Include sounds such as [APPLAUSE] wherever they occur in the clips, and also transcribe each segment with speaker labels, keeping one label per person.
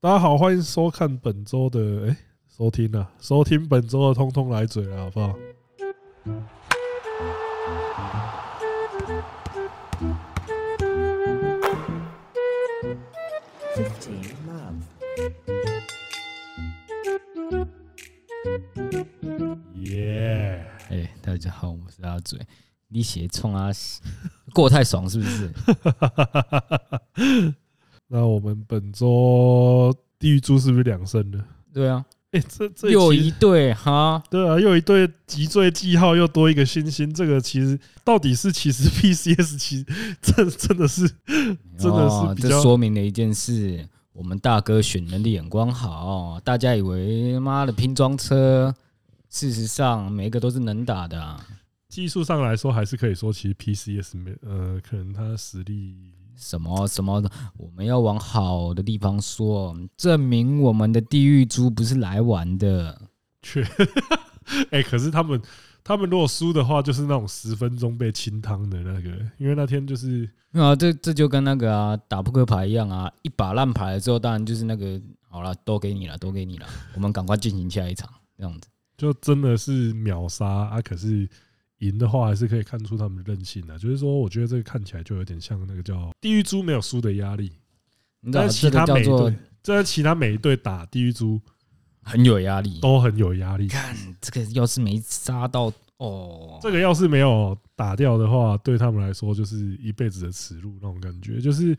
Speaker 1: 大家好，欢迎收看本周的哎、诶收听啊，收听本周的通通来嘴了，好不好？
Speaker 2: Fifteen love.
Speaker 1: 耶、
Speaker 3: 哎、大家好，我是阿嘴。你写冲啊，过太爽是不是？
Speaker 1: [LAUGHS]
Speaker 3: [LAUGHS]
Speaker 1: 那我们本周地狱猪是不是两胜了？
Speaker 3: 对啊，
Speaker 1: 哎、这这
Speaker 3: 又
Speaker 1: 其实
Speaker 3: 一对哈，
Speaker 1: 对啊，又一对脊椎记号，又多一个星星。这个其实到底是其实 PCS 其实真真的是真的是
Speaker 3: 哦
Speaker 1: 比
Speaker 3: 这
Speaker 1: 较
Speaker 3: 说明了一件事：我们大哥选人的眼光好。大家以为妈的拼装车，事实上每一个都是能打的啊、
Speaker 1: 技术上来说，还是可以说其实 PCS 没呃，可能他的实力
Speaker 3: 什么什么，我们要往好的地方说，证明我们的地狱猪不是来玩的。
Speaker 1: 确， [LAUGHS] 哎、可是他们他们如果输的话，就是那种十分钟被清汤的那个，因为那天就是
Speaker 3: 啊，这这就跟那个啊打扑克牌一样啊，一把烂牌了之后，当然就是那个好了，都给你了，都给你了，我们赶快进行下一场这样子。
Speaker 1: 就真的是秒杀啊，可是。赢的话还是可以看出他们的韧性的，就是说，我觉得这个看起来就有点像那个叫地狱猪没有输的压力，
Speaker 3: 你知道
Speaker 1: 但是
Speaker 3: 这
Speaker 1: 其
Speaker 3: 个
Speaker 1: 他
Speaker 3: 叫
Speaker 1: 每一
Speaker 3: 做
Speaker 1: 队，这其他每一队打地狱猪
Speaker 3: 很有压力。
Speaker 1: 都很有压力。
Speaker 3: 看哦这个，要是没杀到哦，
Speaker 1: 这个要是没有打掉的话，对他们来说就是一辈子的耻辱那种感觉，就是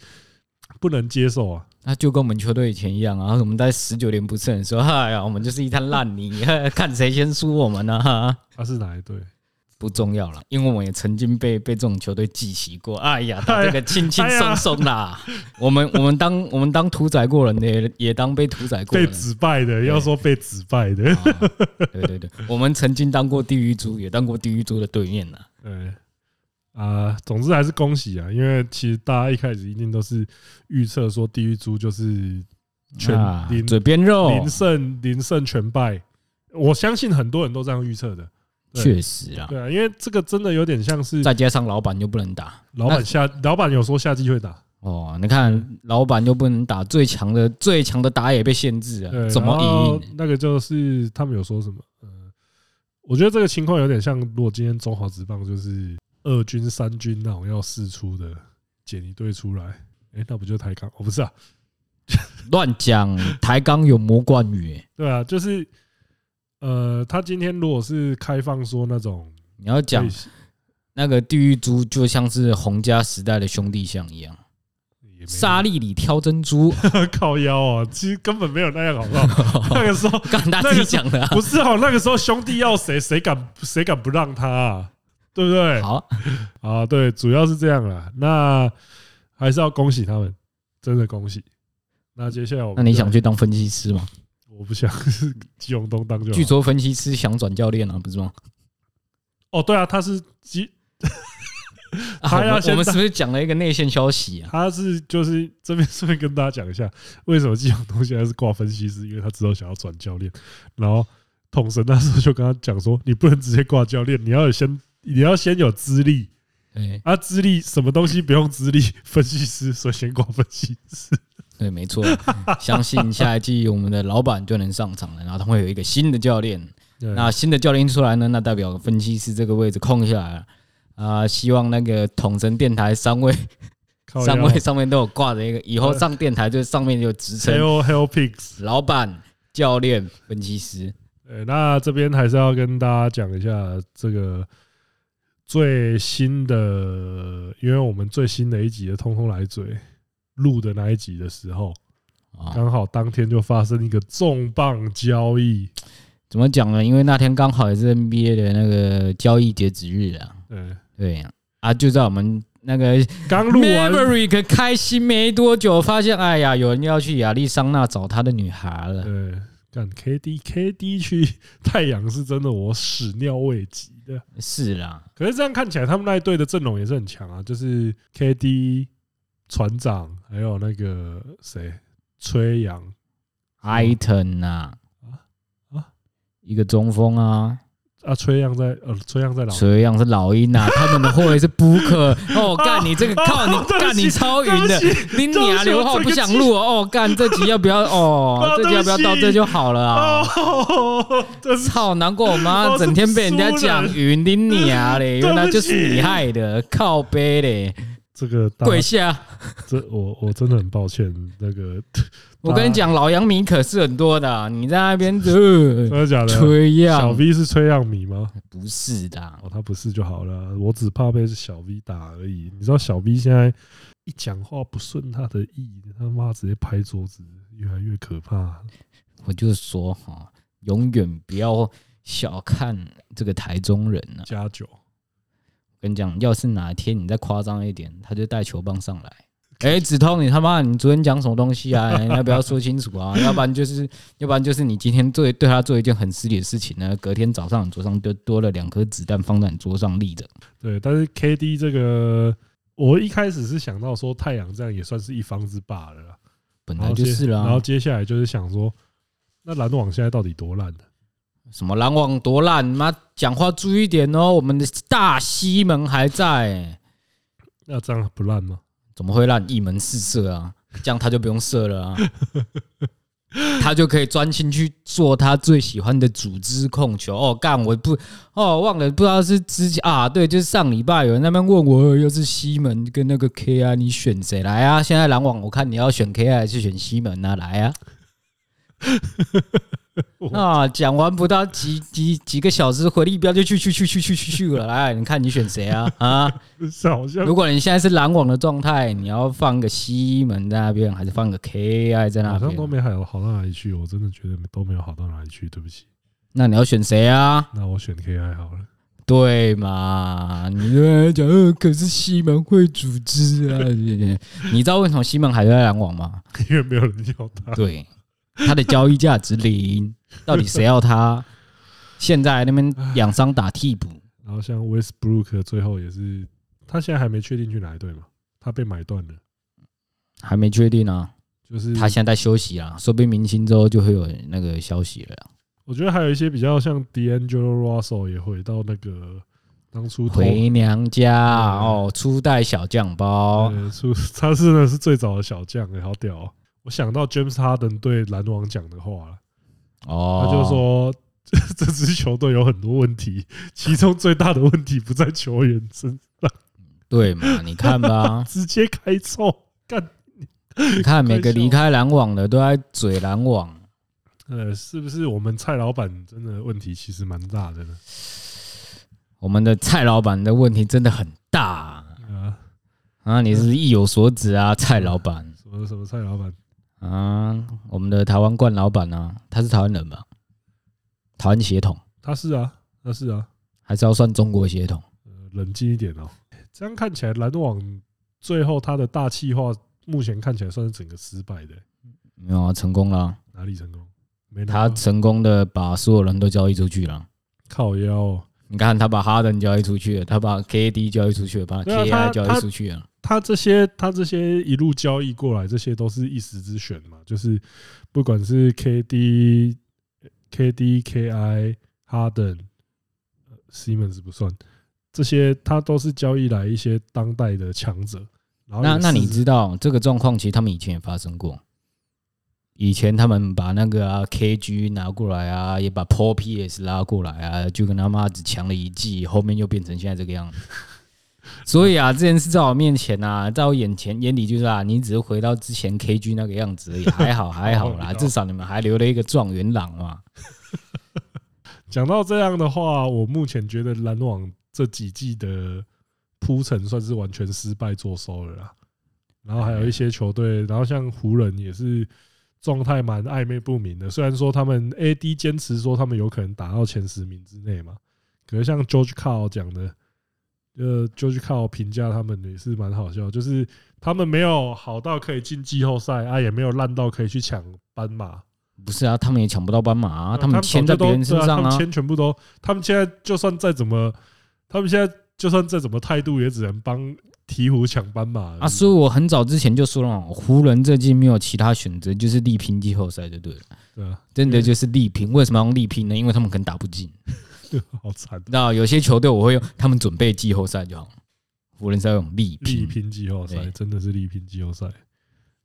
Speaker 1: 不能接受啊。
Speaker 3: 那就跟我们球队以前一样啊，我们在十九连不胜的时候，哎呀，我们就是一滩烂泥，看谁先输我们呢、啊？
Speaker 1: 他、是哪一队？
Speaker 3: 不重要了，因为我们也曾经被被这种球队记袭过。哎呀，打这个轻轻松松 [LAUGHS] 啦，我们我们当我们当屠宰过人的，也也当被屠宰过
Speaker 1: 被
Speaker 3: 人。
Speaker 1: 指败的，要说被指败的，
Speaker 3: 啊对对对，我们曾经当过地狱猪，也当过地狱猪的对面呐。
Speaker 1: [LAUGHS] 对啊、总之还是恭喜啊！因为其实大家一开始一定都是预测说地狱猪就是全
Speaker 3: 啊
Speaker 1: 零
Speaker 3: 嘴边肉，
Speaker 1: 零胜零胜全败，我相信很多人都这样预测的。对
Speaker 3: 确实啊，
Speaker 1: 对啊，因为这个真的有点像是
Speaker 3: 再加上老板又不能打
Speaker 1: 老板下老板有说下季会打，
Speaker 3: 哦，你看老板又不能打，最强的最强的打野被限制
Speaker 1: 对
Speaker 3: 啊，怎么？
Speaker 1: 然后
Speaker 3: 赢？
Speaker 1: 那个就是他们有说什么？呃，我觉得这个情况有点像，如果今天中华职棒就是二军、三军那种要试出的减一队出来，哎、那不就抬杠？哦，不是啊，
Speaker 3: 乱讲，抬杠有魔冠语欸，
Speaker 1: [LAUGHS] 对啊，就是呃，他今天如果是开放说那种
Speaker 3: 你要
Speaker 1: 可
Speaker 3: 讲
Speaker 1: 以
Speaker 3: 那个地狱猪就像是洪家时代的兄弟像一样，
Speaker 1: 也没
Speaker 3: 沙粒里挑珍珠，
Speaker 1: [LAUGHS] 靠腰啊，其实根本没有那样，好不
Speaker 3: [LAUGHS]
Speaker 1: 好？那个时候
Speaker 3: 哦干他自己讲的、啊
Speaker 1: 不。是哦，那个时候兄弟要谁，谁敢谁敢不让他、啊，对不对？
Speaker 3: [LAUGHS] 好，
Speaker 1: 啊，对，主要是这样啦。那还是要恭喜他们，真的恭喜。那接下来我们
Speaker 3: 那你
Speaker 1: 就
Speaker 3: 想？去当分析师吗？
Speaker 1: 我不想， [LAUGHS] 是基隆东当就好
Speaker 3: 据说分析师想转教练啊，不是吗？
Speaker 1: 哦，对啊，他是基，
Speaker 3: 啊
Speaker 1: 他
Speaker 3: 我
Speaker 1: 要
Speaker 3: 们
Speaker 1: 先
Speaker 3: 我们
Speaker 1: 打
Speaker 3: 是不是讲了一个内线消息啊？
Speaker 1: 他是就是这边 [LAUGHS] 顺便跟大家讲一下，为什么基隆东现在是挂分析师，因为他之后想要转教练，然后统神那时候就跟他讲说，你不能直接挂教练，你要有先你要先有资历
Speaker 3: 对
Speaker 1: 啊，资历什么东西不用资历，分析师所以先挂分析师。
Speaker 3: 对，没错。 [LAUGHS] 相信下一季我们的老板就能上场了，然后他会有一个新的教练。
Speaker 1: 对
Speaker 3: 那新的教练出来呢，那代表分析师这个位置空下来了。啊、希望那个统神电台三位
Speaker 1: 靠
Speaker 3: 三
Speaker 1: 腰
Speaker 3: 位上哦面都有挂着一个，以后上电台就上面有职称，
Speaker 1: Hell Hell Pigs。
Speaker 3: 老板、教练、分析师。
Speaker 1: 对，那这边还是要跟大家讲一下这个最新的，因为我们最新的一集的《通通来嘴》录的那一集的时候，
Speaker 3: 哦，
Speaker 1: 刚好当天就发生一个重磅交易。
Speaker 3: 怎么讲呢？因为那天刚好也是 NBA 的那个交易截止日啊，
Speaker 1: 对，
Speaker 3: 对啊，啊就在我们那个
Speaker 1: 刚录完
Speaker 3: Maverick 开心没多久，发现哎呀，有人要去亚利桑那找他的女孩了。
Speaker 1: 对，干 KD KD 去太阳是真的，我始料未及的。
Speaker 3: 是啦，
Speaker 1: 可是这样看起来，他们那一队的阵容也是很强啊，就是 KD 船长，还有那个谁崔杨。
Speaker 3: ，Iton 啊
Speaker 1: 啊啊，
Speaker 3: 一个中锋啊，
Speaker 1: 啊，崔样在呃，崔样在老
Speaker 3: 崔样是老鹰
Speaker 1: [LAUGHS]
Speaker 3: 啊，他们的后卫是 Booker。哦，干你这个
Speaker 1: 啊
Speaker 3: 靠你
Speaker 1: [LAUGHS] 对不起
Speaker 3: [LAUGHS] 干你超云的
Speaker 1: 对不，起
Speaker 3: 你
Speaker 1: 对不
Speaker 3: 俩
Speaker 1: 起
Speaker 3: 刘浩
Speaker 1: 我
Speaker 3: 不
Speaker 1: 整个
Speaker 3: 想
Speaker 1: 记
Speaker 3: 录哦。哦干这集要不要？哦
Speaker 1: [LAUGHS] 啊，
Speaker 3: 这集要不要
Speaker 1: 对不
Speaker 3: 到
Speaker 1: 起
Speaker 3: 这就好了啊。
Speaker 1: 哦，真是
Speaker 3: 操！难怪我妈
Speaker 1: 哦
Speaker 3: 整天被人家讲云林你啊嘞，
Speaker 1: 对不起
Speaker 3: 原来就是你害的，靠背嘞，
Speaker 1: 这个大
Speaker 3: 跪下！
Speaker 1: 这我我真的很抱歉，那个
Speaker 3: 我跟你讲，老杨米可是很多的啊，你在那边
Speaker 1: 真 [LAUGHS]
Speaker 3: 呃
Speaker 1: 的假的？小
Speaker 3: 吹样，
Speaker 1: V 是崔样米吗？
Speaker 3: 不是的，啊
Speaker 1: 哦，他不是就好了，我只怕被小 V 打而已。你知道小 V 现在一讲话不顺他的意，他妈直接拍桌子，越来越可怕。
Speaker 3: 我就说哈，永远不要小看这个台中人啊！
Speaker 1: 加九，
Speaker 3: 跟你讲，要是哪一天你再夸张一点，他就带球棒上来。哎，子通，你他妈，你昨天讲什么东西
Speaker 1: [LAUGHS]
Speaker 3: 啊？你要不要说清楚啊？要不然就是，要不然就是你今天做对他做一件很失礼的事情呢。隔天早上你桌上就多了两颗子弹放在你桌上立着。
Speaker 1: 对，但是 KD 这个，我一开始是想到说太阳这样也算是一方之霸了啦，
Speaker 3: 本
Speaker 1: 然
Speaker 3: 来
Speaker 1: 后
Speaker 3: 就
Speaker 1: 接
Speaker 3: 是
Speaker 1: 哦然后
Speaker 3: 啦，
Speaker 1: 接下来就是想说，那篮网现在到底多烂呢？
Speaker 3: 什么篮网多烂，妈讲话注意点哦。我们的大西门还在、
Speaker 1: 那这样不烂吗？
Speaker 3: 怎么会让你一门四射啊？这样他就不用射了啊， [LAUGHS] 他就可以专心去做他最喜欢的组织控球。哦，干我不哦忘了，不知道是之前啊，对，就是上礼拜有人在那边问我，又是西门跟那个 K 啊，你选谁来啊？现在篮网我看你要选 K 啊还是选西门啊？来啊！啊，讲完不到几几几个小时，回力标就去去去去去去去了。来，你看你选谁啊？啊！
Speaker 1: 是好 [LAUGHS] 像
Speaker 3: 如果你现在是篮网的状态，你要放个西门在那边，还是放个 KI 在那
Speaker 1: 好像都
Speaker 3: 边？
Speaker 1: 没好好到哪里去，我真的觉得都没有好到哪里去。对不起，
Speaker 3: 那你要选谁啊？
Speaker 1: 那我选 KI 好了。
Speaker 3: 对嘛？你就在讲，呃可是西门会组织啊！你知道为什么西门还在篮
Speaker 1: [LAUGHS]
Speaker 3: 网吗？
Speaker 1: 因为没有人要他。
Speaker 3: 对，他的交易价值零，到底谁要他？现在那边养伤打替补，
Speaker 1: 然后像 Westbrook 最后也是，他现在还没确定去哪一队嘛，他被买断了，
Speaker 3: 还没确定啊。
Speaker 1: 就是
Speaker 3: 他现在在休息啊，说不定明星之后就会有那个消息了啊。
Speaker 1: 我觉得还有一些比较像 D'Angelo Russell 也回到那个当初投
Speaker 3: 回娘家
Speaker 1: 对
Speaker 3: 哦，初代小酱包。
Speaker 1: 呃出，他真的是最早的小将、欸，好屌、哦！我想到 James Harden 对篮网讲的话了，
Speaker 3: 哦，
Speaker 1: 他就说。这 [LAUGHS] 支球队有很多问题，其中最大的问题不在球员身，
Speaker 3: 对嘛，你看
Speaker 1: [LAUGHS]，
Speaker 3: 吧
Speaker 1: 直接开臭干。
Speaker 3: 你看每个离开篮网的都在嘴篮网，
Speaker 1: 呃，是不是我们蔡老板真的问题其实蛮大的呢？
Speaker 3: 我们的蔡老板的问题真的很大啊！
Speaker 1: 啊，
Speaker 3: 啊你是意有所指啊，蔡老板
Speaker 1: 什么什么蔡老板，
Speaker 3: 啊，我们的台湾冠老板啊，他是台湾人吧？台湾血统
Speaker 1: 他是啊，他是啊，
Speaker 3: 还是要算中国血统？
Speaker 1: 呃，冷静一点哦。这样看起来，篮网最后他的大气化目前看起来算是整个失败的、
Speaker 3: 没有啊，成功了啊，
Speaker 1: 哪里成功？没拿
Speaker 3: 他
Speaker 1: 到
Speaker 3: 成功的把所有人都交易出去了。
Speaker 1: 靠腰、哦，
Speaker 3: 你看，他把哈登交易出去了，他把 KD 交易出去了，把
Speaker 1: 对啊他
Speaker 3: KI 交易出去了。
Speaker 1: 他这些他这些一路交易过来，这些都是一时之选嘛，就是不管是 KD、KD、KI、哈登、呃 Simmons 不算，这些他都是交易来一些当代的强者。然后
Speaker 3: 那
Speaker 1: 也
Speaker 3: 那
Speaker 1: 是
Speaker 3: 你知道这个状况，其实他们以前也发生过。以前他们把那个、啊、KG 拿过来啊，也把 Paul PS 拉过来啊，就跟他妈只强了一季，后面又变成现在这个样子。所以啊，这件事在我面前啊，在我眼前眼里就是啊，你只是回到之前 KG 那个样子而已，还好还好
Speaker 1: 好 [LAUGHS]
Speaker 3: 啦，
Speaker 1: 好
Speaker 3: 至少你们还留了一个状元郎嘛。
Speaker 1: [LAUGHS] 讲到这样的话，我目前觉得篮网这几季的铺陈算是完全失败作收了啦。然后还有一些球队，然后像湖人也是状态蛮暧昧不明的。虽然说他们 AD 坚持说他们有可能打到前十名之内嘛，可是像 George Cow 讲的，呃，George Cow 评价他们也是蛮好笑，就是他们没有好到可以进季后赛啊，也没有烂到可以去抢斑马，
Speaker 3: 不是啊，他们也抢不到斑马啊，
Speaker 1: 对
Speaker 3: 他们签在
Speaker 1: 哦早就
Speaker 3: 别
Speaker 1: 都
Speaker 3: 人身
Speaker 1: 对他
Speaker 3: 上
Speaker 1: 们
Speaker 3: 啊。
Speaker 1: 签全部都，他们现在就算再怎么，他们现在就算再怎么态度，也只能帮鹈鹕抢斑马而已
Speaker 3: 啊，所以我很早之前就说了嘛，湖人这季没有其他选择，就是力拼季后赛就对了。
Speaker 1: 对啊，
Speaker 3: 真的就是力拼。为什么要用力拼呢？因为他们可能打不进。
Speaker 1: 好
Speaker 3: [COUGHS]
Speaker 1: 惨。
Speaker 3: 那有些球队我会用他们准备季后赛就好了，湖人是要用力
Speaker 1: 力
Speaker 3: 拼
Speaker 1: 拼季后赛
Speaker 3: 对
Speaker 1: 真的是力拼季后赛。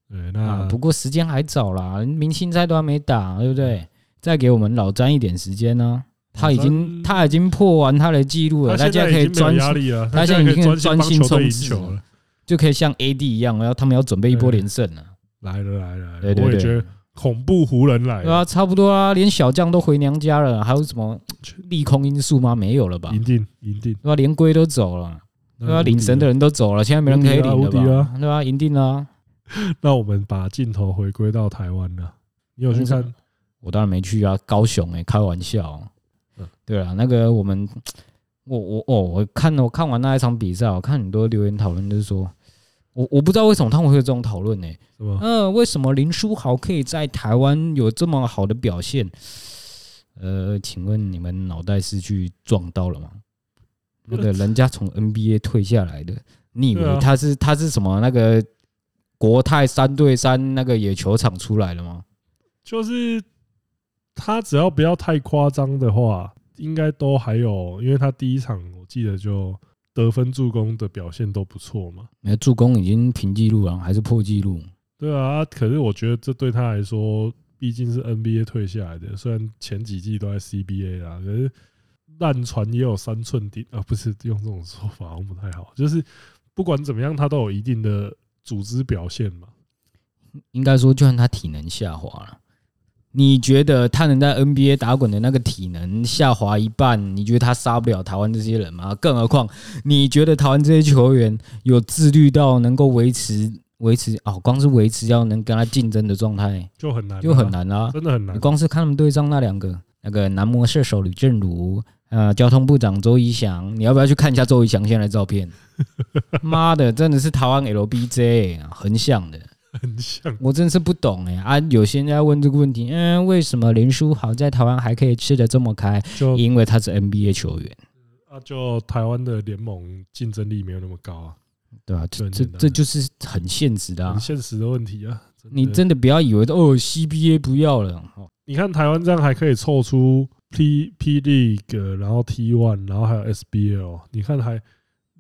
Speaker 1: 对，
Speaker 3: 啊
Speaker 1: 那。
Speaker 3: 不过时间还早啦，明星赛都还没打，对不对？再给我们老詹一点时间呢、他已经
Speaker 1: 老詹
Speaker 3: 他已经破完他的记录了，大
Speaker 1: 他
Speaker 3: 家
Speaker 1: 现
Speaker 3: 可
Speaker 1: 在已
Speaker 3: 以
Speaker 1: 经没有
Speaker 3: 专
Speaker 1: 压
Speaker 3: 心，
Speaker 1: 力了，现
Speaker 3: 他现在
Speaker 1: 在
Speaker 3: 已
Speaker 1: 可
Speaker 3: 经
Speaker 1: 以
Speaker 3: 专
Speaker 1: 专
Speaker 3: 心
Speaker 1: 帮球队
Speaker 3: 冲
Speaker 1: 赢
Speaker 3: 刺
Speaker 1: 球
Speaker 3: 了
Speaker 1: 了。
Speaker 3: 就可以像 AD 一样，然后他们要准备一波连胜了。
Speaker 1: 来了来了，来
Speaker 3: 对
Speaker 1: 了我
Speaker 3: 对
Speaker 1: 也觉
Speaker 3: 对
Speaker 1: 得，恐怖湖人来
Speaker 3: 对啊，
Speaker 1: 了，
Speaker 3: 差不多啊，连小将都回娘家了，还有什么利空因素吗？没有了吧？
Speaker 1: 赢啊
Speaker 3: 对
Speaker 1: 定赢定，
Speaker 3: 吧、连龟都走了，对吧、
Speaker 1: 那
Speaker 3: 领神的人都走了，现在没人可以领
Speaker 1: 无
Speaker 3: 了
Speaker 1: 敌啊无敌
Speaker 3: 吧
Speaker 1: 啊？
Speaker 3: 对吧、赢定了啊、
Speaker 1: 那我们把镜头回归到台湾了，你有去
Speaker 3: 我
Speaker 1: 看？
Speaker 3: 我当然没去啊，高雄哎、开玩笑、
Speaker 1: 嗯
Speaker 3: 对啊，那个我们，我我哦，我看我看完那一场比赛，我看很多留言讨论，就是说我我不知道为什么他们会有这种讨论呢？
Speaker 1: 什么？
Speaker 3: 嗯、为什么林书豪可以在台湾有这么好的表现？呃，请问你们脑袋是去撞
Speaker 1: [LAUGHS]
Speaker 3: 到了吗？那个人家从 NBA 退下来的，你以
Speaker 1: 对啊
Speaker 3: 为他是他是什么那个国泰三对三那个野球场出来的吗？
Speaker 1: 就是他只要不要太夸张的话，应该都还有，因为他第一场我记得就得分助攻的表现都不错嘛。
Speaker 3: 那助攻已经平记录了，还是破纪录？
Speaker 1: 对啊，可是我觉得这对他来说，毕竟是 NBA 退下来的，虽然前几季都在 CBA 啦，可是烂船也有三寸钉啊，不是用这种说法好像不太好，就是不管怎么样，他都有一定的组织表现嘛。
Speaker 3: 应该说，就算他体能下滑了，你觉得他能在 NBA 打滚的那个体能下滑一半，你觉得他杀不了台湾这些人吗？更何况，你觉得台湾这些球员有自律到能够维持维持哦，光是维持要能跟他竞争的状态
Speaker 1: 就很难、啊
Speaker 3: 就很，难啦、啊
Speaker 1: 真的很
Speaker 3: 你
Speaker 1: 难。
Speaker 3: 光是看他们对上那两个那个男模射手吕正如，呃，交通部长周怡翔，你要不要去看一下周怡翔现在的
Speaker 1: [LAUGHS]
Speaker 3: 照片？妈的，真的是台湾 LBJ，欸很像的。
Speaker 1: 很像
Speaker 3: 我真是不懂哎、啊！有些人在问这个问题，嗯，为什么林书豪在台湾还可以吃得这么开？
Speaker 1: 就
Speaker 3: 因为他是 NBA 球员，
Speaker 1: 啊，就台湾的联盟竞争力没有那么高啊，
Speaker 3: 对吧、这
Speaker 1: 很
Speaker 3: 这
Speaker 1: 简单
Speaker 3: 这就是很现实的、啊
Speaker 1: 很。现实的问题啊。真的
Speaker 3: 你真的不要以为哦，CBA 不要了，哦
Speaker 1: 你看台湾这样还可以凑出 P P League，然后 T One，然后还有 SBL，你看还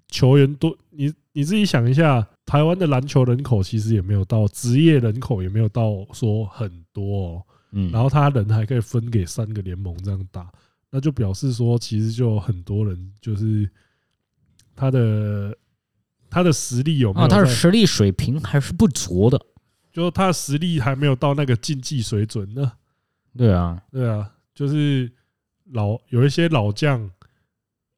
Speaker 1: 球员多，你你自己想一下，台湾的篮球人口其实也没有到职业人口也没有到说很多、哦，
Speaker 3: 嗯，
Speaker 1: 然后他人还可以分给三个联盟这样打，那就表示说，其实就有很多人就是他的他的实力有没
Speaker 3: 啊，
Speaker 1: 有在？
Speaker 3: 他的实力水平还是不足的，
Speaker 1: 就他的实力还没有到那个竞技水准呢。
Speaker 3: 对啊，
Speaker 1: 对啊，就是老有一些老将，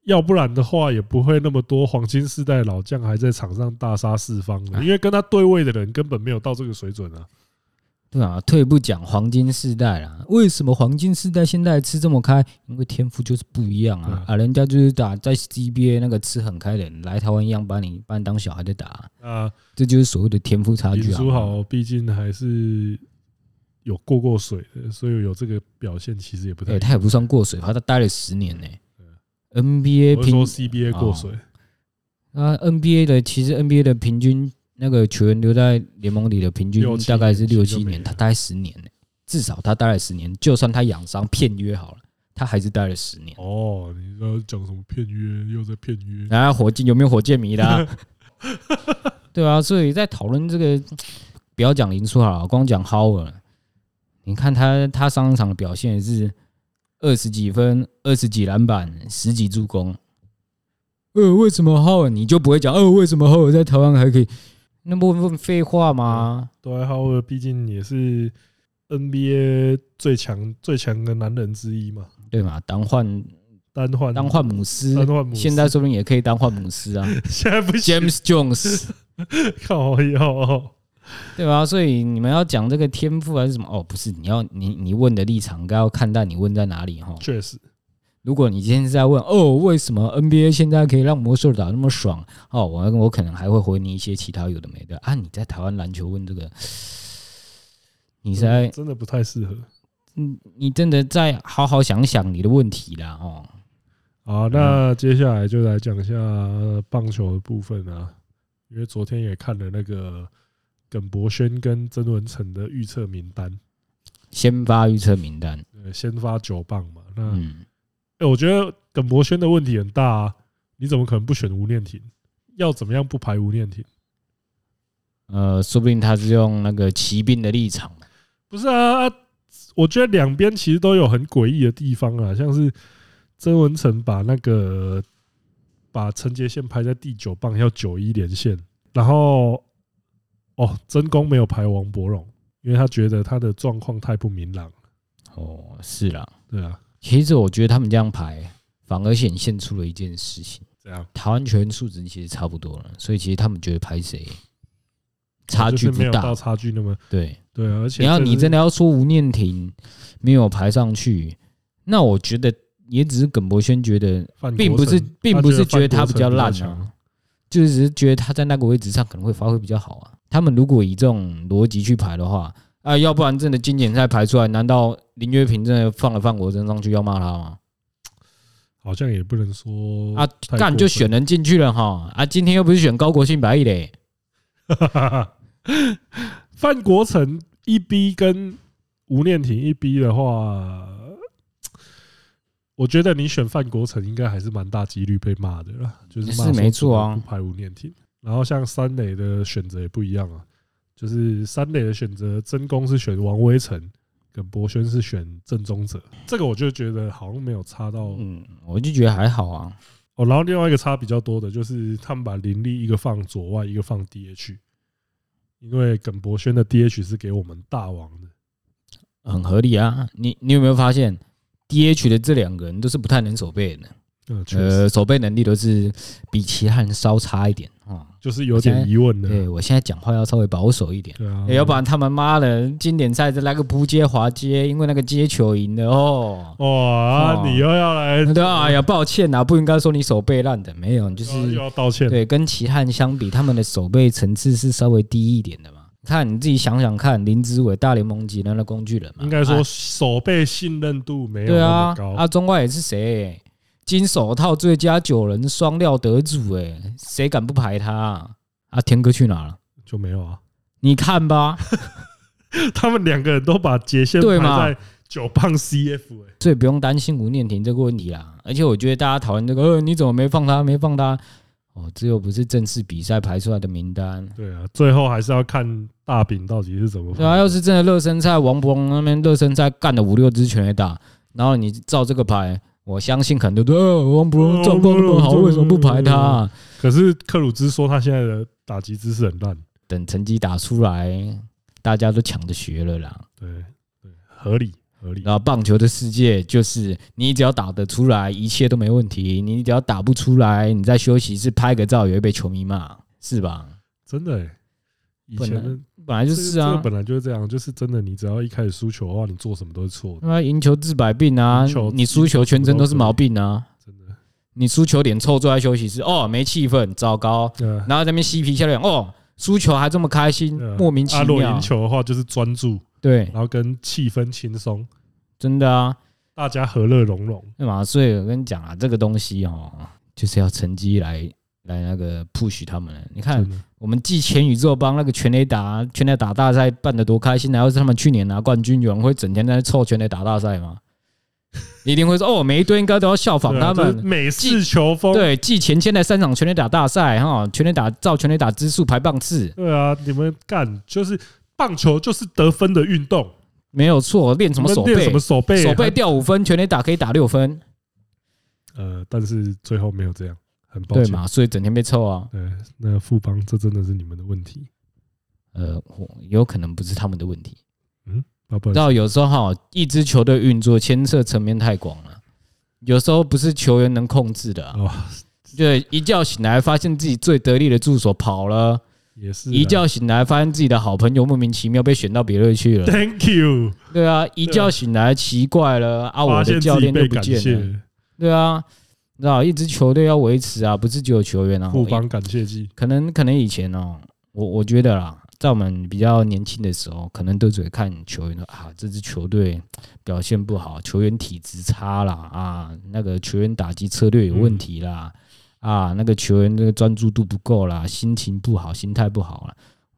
Speaker 1: 要不然的话也不会那么多黄金世代老将还在场上大杀四方的，
Speaker 3: 哎
Speaker 1: 因为跟他对位的人根本没有到这个水准啊。
Speaker 3: 对啊，退一步讲黄金世代啦，为什么黄金世代现在还吃这么开？因为天赋就是不一样
Speaker 1: 对
Speaker 3: 啊
Speaker 1: 啊，
Speaker 3: 啊，人家就是打在 CBA 那个吃很开的人，来台湾一样把你把你当小孩在打啊、
Speaker 1: 啊，
Speaker 3: 这就是所谓的天赋差距
Speaker 1: 林
Speaker 3: 啊。
Speaker 1: 书豪毕竟还是有过过水的，所以有这个表现其实也不
Speaker 3: 哎、
Speaker 1: 太。
Speaker 3: 他也不算过水，他待了十年呢、
Speaker 1: 我
Speaker 3: NBA
Speaker 1: 是说
Speaker 3: 平
Speaker 1: CBA 过水，
Speaker 3: 啊，NBA 的其实 NBA 的平均那个球员留在联盟里的平均
Speaker 1: 六七
Speaker 3: 大概是
Speaker 1: 年
Speaker 3: 六
Speaker 1: 其实
Speaker 3: 七
Speaker 1: 就没
Speaker 3: 年，
Speaker 1: 了
Speaker 3: 他待十年呢、至少他待了十年。就算他养伤片约好了，他还是待了十年。
Speaker 1: 哦，你要讲什么片约，又在片约，
Speaker 3: 然后啊火箭有没有火箭迷
Speaker 1: [LAUGHS]
Speaker 3: 的、啊？对啊，所以在讨论这个，不要讲林书豪了，光讲 Howard，你看他他上一场的表现也是二十几分、二十几篮板、十几助攻。呃，为什么 Howard 你就不会讲？呃，为什么 Howard 在台湾还可以？那不问废话吗？
Speaker 1: 对，还有毕竟也是 NBA 最强最强的男人之一嘛，
Speaker 3: 对嘛？当换
Speaker 1: 单换
Speaker 3: 当换姆斯
Speaker 1: 单，换姆斯，
Speaker 3: 现在说不定也可以当换姆斯
Speaker 1: [LAUGHS]
Speaker 3: 啊
Speaker 1: 现在不行，
Speaker 3: ，James Jones。
Speaker 1: 靠腰，
Speaker 3: 对吧？所以你们要讲这个天赋还是什么？哦，不是，你要你你问的立场，应该要看待你问在哪里哈。
Speaker 1: 确实，
Speaker 3: 如果你今天是在问哦，为什么 NBA 现在可以让魔兽打得那么爽？哦，我我可能还会回你一些其他有的没的啊。你在台湾篮球问这个，你
Speaker 1: 你
Speaker 3: 是在
Speaker 1: 真的不太适合。
Speaker 3: 嗯，你真的再好好想想你的问题啦哦。
Speaker 1: 好，
Speaker 3: 嗯
Speaker 1: 那接下来就来讲一下棒球的部分啊，因为昨天也看了那个耿博轩跟曾文成的预测名单，
Speaker 3: 先发预测名单，
Speaker 1: 呃，先发九棒嘛，那
Speaker 3: 嗯，
Speaker 1: 哎，我觉得耿博轩的问题很大啊，你怎么可能不选吴念婷？要怎么样不排吴念婷？
Speaker 3: 呃，说不定他是用那个骑兵的立场嘛，
Speaker 1: 不是啊，啊我觉得两边其实都有很诡异的地方啊，像是曾文成把那个把陈杰宪排在第九棒，要九一连线，然后哦，真功没有排王伯荣，因为他觉得他的状况太不明朗，
Speaker 3: 哦，是啦。
Speaker 1: 对啊，
Speaker 3: 其实我觉得他们这样排，反而显现出了一件事情：
Speaker 1: 这样
Speaker 3: 台湾球员素质其实差不多了，所以其实他们觉得排谁差
Speaker 1: 就是
Speaker 3: 距
Speaker 1: 没
Speaker 3: 不
Speaker 1: 有
Speaker 3: 大
Speaker 1: 到。差距那么
Speaker 3: 对，
Speaker 1: 对啊，而且
Speaker 3: 你要你真
Speaker 1: 的
Speaker 3: 的要说吴念婷没有排上去，那我觉得也只是耿博轩觉得，并不是并不是觉得他比较烂啊，就是只是觉得他在那个位置上可能会发挥比较好啊。他们如果以这种逻辑去排的话，啊，要不然真的经典赛排出来，难道林月平真的放了范国珍上去要骂他吗？
Speaker 1: 好像也不能说
Speaker 3: 啊，
Speaker 1: 太
Speaker 3: 干
Speaker 1: 过
Speaker 3: 就
Speaker 1: 分
Speaker 3: 选人进去了哈！啊，今天又不是选高国庆百亿嘞，
Speaker 1: [LAUGHS] 范国成一逼跟吴念婷一逼的话，我觉得你选范国成应该还是蛮大几率被骂的啦，就是骂
Speaker 3: 是没错啊
Speaker 1: 说怎么不排吴念婷。然后像三垒的选择也不一样啊，就是三垒的选择，真宫是选王威成，跟博轩是选郑宗哲，这个我就觉得好像没有差到
Speaker 3: 嗯，我就觉得还好啊。
Speaker 1: 哦。然后另外一个差比较多的就是他们把林立一个放左外，一个放 DH，因为耿博轩的 DH 是给我们大王的。
Speaker 3: 很合理啊。你你有没有发现，DH 的这两个人都是不太能守备的，
Speaker 1: 嗯，确实
Speaker 3: 呃，守备能力都是比其他人稍差一点啊。
Speaker 1: 就是有点疑问的。
Speaker 3: 对我现在讲话要稍微保守一点，哎
Speaker 1: 对啊，
Speaker 3: 要不然他们妈的经典赛再来个扑街滑街，因为那个接球赢了哦。
Speaker 1: 哇，啊你又要来，
Speaker 3: 对啊，哎呀，抱歉呐、啊，不应该说你手背烂的，没有，
Speaker 1: 哦
Speaker 3: 就
Speaker 1: 就是又要道歉。
Speaker 3: 对，跟其他人相比，他们的守备层次是稍微低一点的嘛。看你自己想想看，林志伟大联盟级的那工具人嘛，
Speaker 1: 应该
Speaker 3: 啊
Speaker 1: 说守备信任度没有
Speaker 3: 对
Speaker 1: 那
Speaker 3: 啊
Speaker 1: 么，高
Speaker 3: 啊，。中外也是谁？金手套最佳九人双料得主、欸，哎，谁敢不排他啊？啊，天哥去哪了？
Speaker 1: 就没有啊。 [LAUGHS]
Speaker 3: 你看吧，
Speaker 1: 他们两个人都把杰线
Speaker 3: 对嘛
Speaker 1: 排在九磅 CF，哎，
Speaker 3: 所以不用担心吴念婷这个问题啦。而且我觉得大家讨论这个，呃，你怎么没放他？没放他？哦，这又不是正式比赛排出来的名单。
Speaker 1: 对啊，最后还是要看大饼到底是怎么发
Speaker 3: 对
Speaker 1: 挥。
Speaker 3: 啊，要是真的热身赛，王博那边热身赛干了五六支全垒打，然后你照这个排，我相信很多都、呃、王博状况那么好，为什么不排他啊、
Speaker 1: 可是克鲁兹说他现在的打击姿势很烂，
Speaker 3: 等成绩打出来，大家都抢着学了啦。
Speaker 1: 对对，合理合理。
Speaker 3: 然后棒球的世界就是，你只要打得出来，一切都没问题；你只要打不出来，你在休息室拍个照也会被球迷骂，是吧？
Speaker 1: 真的、欸，以前
Speaker 3: 本
Speaker 1: 的
Speaker 3: 本来就
Speaker 1: 这个
Speaker 3: 是
Speaker 1: 这
Speaker 3: 啊
Speaker 1: 个，本来就是这样，就是真的，你只要一开始输球的话，你做什么都是错的，
Speaker 3: 那赢球治百病啊
Speaker 1: 赢球，
Speaker 3: 你输球全身都是毛病啊，
Speaker 1: 真的。
Speaker 3: 你输球脸臭坐在休息室，哦，没气氛，糟糕。
Speaker 1: 对啊
Speaker 3: 然后在那边嬉皮笑脸，哦，输球还这么开心
Speaker 1: 对啊，
Speaker 3: 莫名其
Speaker 1: 啊如果
Speaker 3: 妙
Speaker 1: 赢。球的话，就是专注，
Speaker 3: 对，
Speaker 1: 然后跟气氛轻松，
Speaker 3: 真的啊，
Speaker 1: 大家和乐融融。
Speaker 3: 对嘛？所以我跟你讲啊，这个东西哦，就是要成绩来来那个 push 他们了。你看
Speaker 1: 真，的
Speaker 3: 我们继前宇宙帮那个全垒打全垒打大赛办得多开心，然后是他们去年拿冠军，有人会整天在那凑全垒打大赛吗？一定会说哦，每一队应该都要效仿
Speaker 1: 对
Speaker 3: 他
Speaker 1: 啊就是
Speaker 3: 们。
Speaker 1: 美式球风，
Speaker 3: 对，继前签的三场全垒打大赛哈，全垒打照全垒打支数排棒次，
Speaker 1: 对啊，你们干就是棒球就是得分的运动，
Speaker 3: 没有错。练什么
Speaker 1: 你
Speaker 3: 手
Speaker 1: 们练
Speaker 3: 背
Speaker 1: 什么？手背，
Speaker 3: 手背掉五分，全垒打可以打六分，
Speaker 1: 还呃，但是最后没有这样，很抱
Speaker 3: 对
Speaker 1: 歉。
Speaker 3: 嘛？所以整天被凑啊。
Speaker 1: 对，那富邦这真的是你们的问题，
Speaker 3: 呃，我有可能不是他们的问题。
Speaker 1: 要不然
Speaker 3: 到有时候哈，一支球队运作牵涉层面太广了，有时候不是球员能控制的、啊。
Speaker 1: 哦
Speaker 3: 对，一觉醒来发现自己最得力的助手跑了，
Speaker 1: 也是啊
Speaker 3: 一
Speaker 1: 啦
Speaker 3: 觉醒来发现自己的好朋友莫名其妙被选到别队去了。
Speaker 1: [LAUGHS] Thank you，
Speaker 3: 对啊，一觉醒来奇怪了啊，
Speaker 1: 发
Speaker 3: 我
Speaker 1: 现
Speaker 3: 的
Speaker 1: 自
Speaker 3: 教
Speaker 1: 己
Speaker 3: 练
Speaker 1: 被
Speaker 3: 又不
Speaker 1: 感
Speaker 3: 见了。
Speaker 1: 谢，
Speaker 3: 对啊，你知道一支球队要维持啊，不是只有
Speaker 1: [LAUGHS]
Speaker 3: 球员啊，
Speaker 1: 富邦感谢祭。
Speaker 3: 可能可能以前哦，我我觉得啦，在我们比较年轻的时候，可能都只会看球员的啊，这支球队表现不好，球员体质差啦，啊，那个球员打击策略有问题啦，啊，那个球员这个专注度不够啦，心情不好，心态不好啦。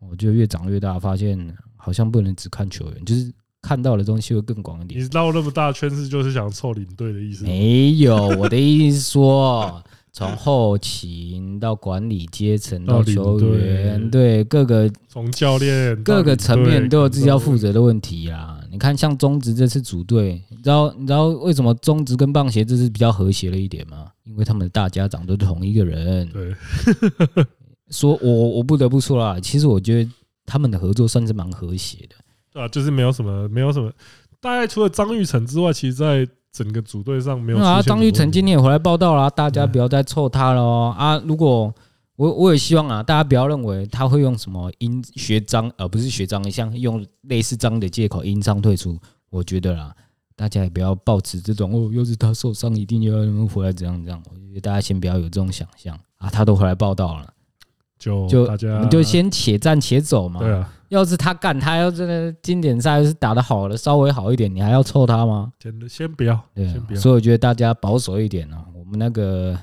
Speaker 3: 我觉得越长越大，发现好像不能只看球员，就是看到的东西会更广一
Speaker 1: 你
Speaker 3: 点。
Speaker 1: 绕那么大圈是就是想凑领队的意思？
Speaker 3: 没有，我的意思是说，从后勤到管理阶层
Speaker 1: 到
Speaker 3: 到
Speaker 1: 领
Speaker 3: 球员，对各个
Speaker 1: 从教练
Speaker 3: 各个层面都有自己要负
Speaker 1: 责。
Speaker 3: 责的问题啊。你看，像中职这次组队，你知道你知道为什么中职跟棒协这次比较和谐了一点吗？因为他们的大家长都是同一个人。
Speaker 1: 对，
Speaker 3: 说我我不得不说啦，其实我觉得他们的合作算是蛮和谐的。
Speaker 1: 对啊，就是没有什么，没有什么。大概除了张玉成之外，其实在整个组队上没有出现
Speaker 3: 啊，
Speaker 1: 什么
Speaker 3: 张玉成今天也回来报道啦，大
Speaker 1: 嗯
Speaker 3: 家不要再凑他了哦啊！如果我我也希望啊，大家不要认为他会用什么因学张呃不是学张像用类似张的借口因伤退出，我觉得啦，大家也不要抱持这种哦，又是他受伤，一定要让他回来怎样怎样。我觉得大家先不要有这种想象啊，他都回来报道了，
Speaker 1: 就
Speaker 3: 就
Speaker 1: 哦大
Speaker 3: 我
Speaker 1: 家
Speaker 3: 们就先且战且走嘛。
Speaker 1: 对啊，
Speaker 3: 要是他干，他要真的经典赛是打得好了，稍微好一点，你还要凑他吗？
Speaker 1: 先先不要，
Speaker 3: 对啊
Speaker 1: 先不，要。
Speaker 3: 所以我觉得大家保守一点啊，我们那个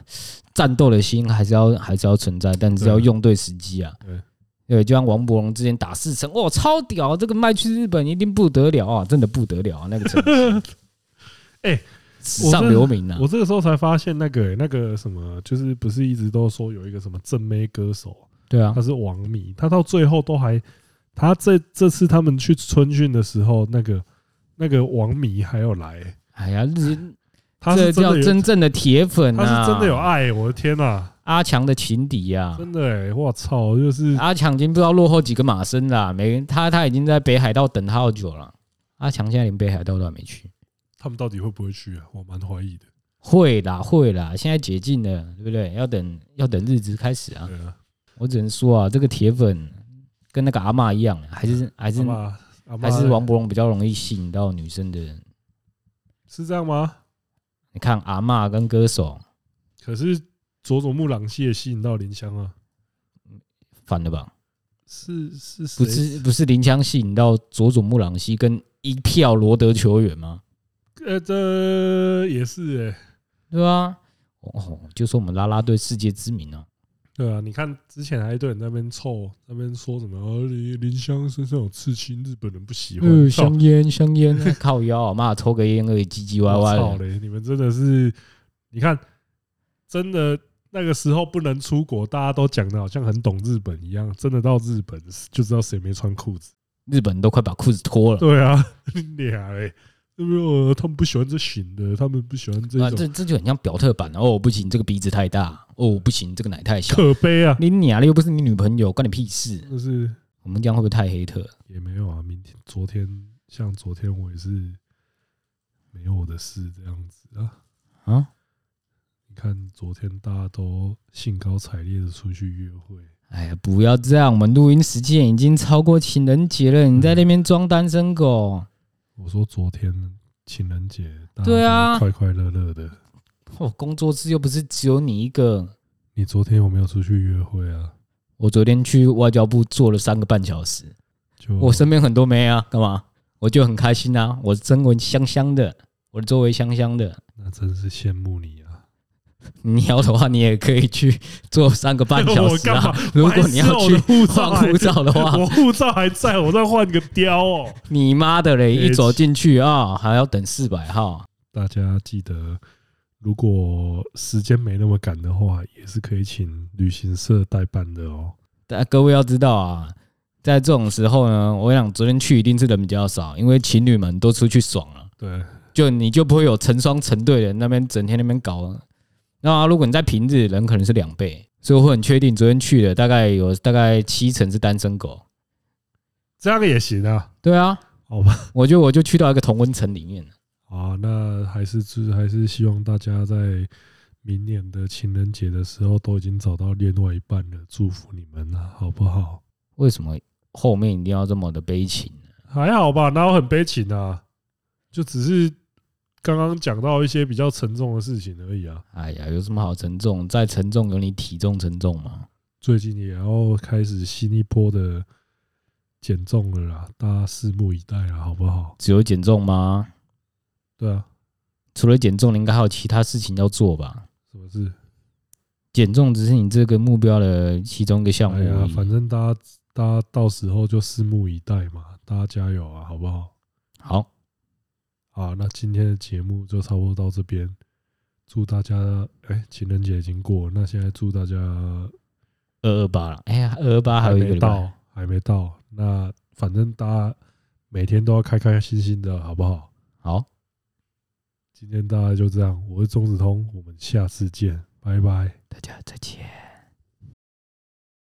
Speaker 3: 战斗的心还是要还是要存在，但是要
Speaker 1: 对啊
Speaker 3: 用对时机啊。
Speaker 1: 对，
Speaker 3: 对，就像王伯龙之前打四成，哇，超屌！这个卖去日本一定不得了啊，真的不得了啊，那个成绩
Speaker 1: [LAUGHS] 哎
Speaker 3: 史上留名啊
Speaker 1: 我！这个时候才发现，那个、哎那个什么，就是不是一直都说有一个什么正妹歌手，
Speaker 3: 对啊
Speaker 1: 他，是王迷，他到最后都还，他这这次他们去春训的时候，那个那个王迷还有来、
Speaker 3: 哎呀，日
Speaker 1: 他
Speaker 3: 这
Speaker 1: 是真
Speaker 3: 叫
Speaker 1: 的有，
Speaker 3: 真正的铁粉
Speaker 1: 他
Speaker 3: 啊，
Speaker 1: 是真的有爱、我的天呐、
Speaker 3: 阿强的情敌呀。
Speaker 1: 真的哎、我操，就是
Speaker 3: 阿强已经不知道落后几个马身啦，没他他已经在北海道等他好久了。阿强现在连北海道都还没去，
Speaker 1: 他们到底会不会去啊？我蛮怀疑的。
Speaker 3: 会啦会啦，现在解禁了，对不对？要等要等日子开始啊！
Speaker 1: 对啊，
Speaker 3: 我只能说啊，这个铁粉跟那个阿嬷一样，啊还是还是
Speaker 1: 阿妈阿妈
Speaker 3: 还是王伯龙比较容易吸引到女生的人。
Speaker 1: 是这样吗？
Speaker 3: 你看阿嬷跟歌手
Speaker 1: 可是佐佐木朗希也吸引到林香啊，
Speaker 3: 反了吧？
Speaker 1: 是是谁
Speaker 3: 不是不是林枪吸引到佐佐木朗希跟一票罗德球员吗？
Speaker 1: 呃，这也是哎、
Speaker 3: 对啊，哦，就说我们拉拉队世界知名啊。
Speaker 1: 对啊，你看之前还一堆人在那边凑，在那边说什么、哦、林林香身上有刺青，日本人不喜欢。
Speaker 3: 嗯，
Speaker 1: 操
Speaker 3: 香烟香烟，靠腰啊，妈抽个烟而已，唧唧歪歪
Speaker 1: 我操
Speaker 3: 的。
Speaker 1: 嘞！你们真的是，你看，真的那个时候不能出国，大家都讲的好像很懂日本一样，真的到日本就知道谁没穿裤子。
Speaker 3: 日本都快把裤子脱了，
Speaker 1: 对啊， [LAUGHS] 你俩嘞，是不是？呃他们不喜欢这型的，他们不喜欢这
Speaker 3: 啊，
Speaker 1: 种
Speaker 3: 这这就很像表特版哦，不行，这个鼻子太大，哦，不行，这个奶太小。
Speaker 1: [LAUGHS] 可悲啊！
Speaker 3: 你娘的又不是你女朋友，关你屁事！
Speaker 1: 就是
Speaker 3: 我们这样会不会太黑特？
Speaker 1: 也没有啊，明天、昨天，像昨天我也是没有我的事这样子啊。
Speaker 3: 啊？
Speaker 1: 你看，昨天大家都兴高采烈的出去约会，
Speaker 3: 哎呀，不要这样，我们录音时间已经超过情人节了，你在那边装单身狗，
Speaker 1: 我说昨天情人节，大家
Speaker 3: 对啊
Speaker 1: 都快快乐乐的。
Speaker 3: 哦，工作室又不是只有你一个。
Speaker 1: 你昨天有没有出去约会啊？
Speaker 3: 我昨天去外交部坐了三个半小时，
Speaker 1: 就
Speaker 3: 我身边很多妹啊，干嘛？我就很开心啊，我身闻香香的，我的周围香香的。
Speaker 1: 那真是羡慕你啊！
Speaker 3: 你要的话，你也可以去坐三个 [LAUGHS] 半
Speaker 1: [LAUGHS]
Speaker 3: 小
Speaker 1: 我
Speaker 3: 时
Speaker 1: 干嘛
Speaker 3: 啊。如果你要去
Speaker 1: 白色我的护照
Speaker 3: 换
Speaker 1: 还
Speaker 3: 护照的话，
Speaker 1: 我护照还在，我再换个雕哦。
Speaker 3: 你妈的嘞！
Speaker 1: 别
Speaker 3: 一走
Speaker 1: 急
Speaker 3: 进去啊，还要等四百号。
Speaker 1: 大家记得，如果时间没那么赶的话，也是可以请旅行社代办的哦。
Speaker 3: 但各位要知道啊，在这种时候呢，我想昨天去一定是人比较少，因为情侣们都出去爽了，
Speaker 1: 对，
Speaker 3: 就你就不会有成双成对的那边整天那边搞了。那如果你在平日，人可能是两倍，所以我很确定昨天去的大概有大概七成是单身狗。
Speaker 1: 这样也行啊。
Speaker 3: 对啊，
Speaker 1: 好吧，
Speaker 3: 我就我就去到一个同温层里面了。
Speaker 1: 啊，那还是就是还是希望大家在明年的情人节的时候都已经找到另外一半了，祝福你们啊，好不好？
Speaker 3: 为什么后面一定要这么的悲情呢？
Speaker 1: 还好吧，哪有很悲情啊？就只是刚刚讲到一些比较沉重的事情而已啊。
Speaker 3: 哎呀，有什么好沉重？再沉重有你体重沉重吗？
Speaker 1: 最近也要开始新一波的减重了啦，大家拭目以待啦，好不好？
Speaker 3: 只有减重吗？
Speaker 1: 对啊，
Speaker 3: 除了减重，你应该还有其他事情要做吧？
Speaker 1: 什么事？
Speaker 3: 减重只是你这个目标的其中一个项目
Speaker 1: 哎
Speaker 3: 而
Speaker 1: 呀，
Speaker 3: 已。
Speaker 1: 反正大家大家到时候就拭目以待嘛，大家加油啊，好不好？
Speaker 3: 好，
Speaker 1: 啊，那今天的节目就差不多到这边。祝大家，哎、情人节已经过了，那现在祝大家
Speaker 3: 二二八了，哎呀，二二八还有一个
Speaker 1: 没
Speaker 3: 礼拜，
Speaker 1: 到，还没到。那反正大家每天都要开开心心的，好不好？
Speaker 3: 好，
Speaker 1: 今天大家就这样，我是钟子通，我们下次见，拜拜。
Speaker 3: 大家再见。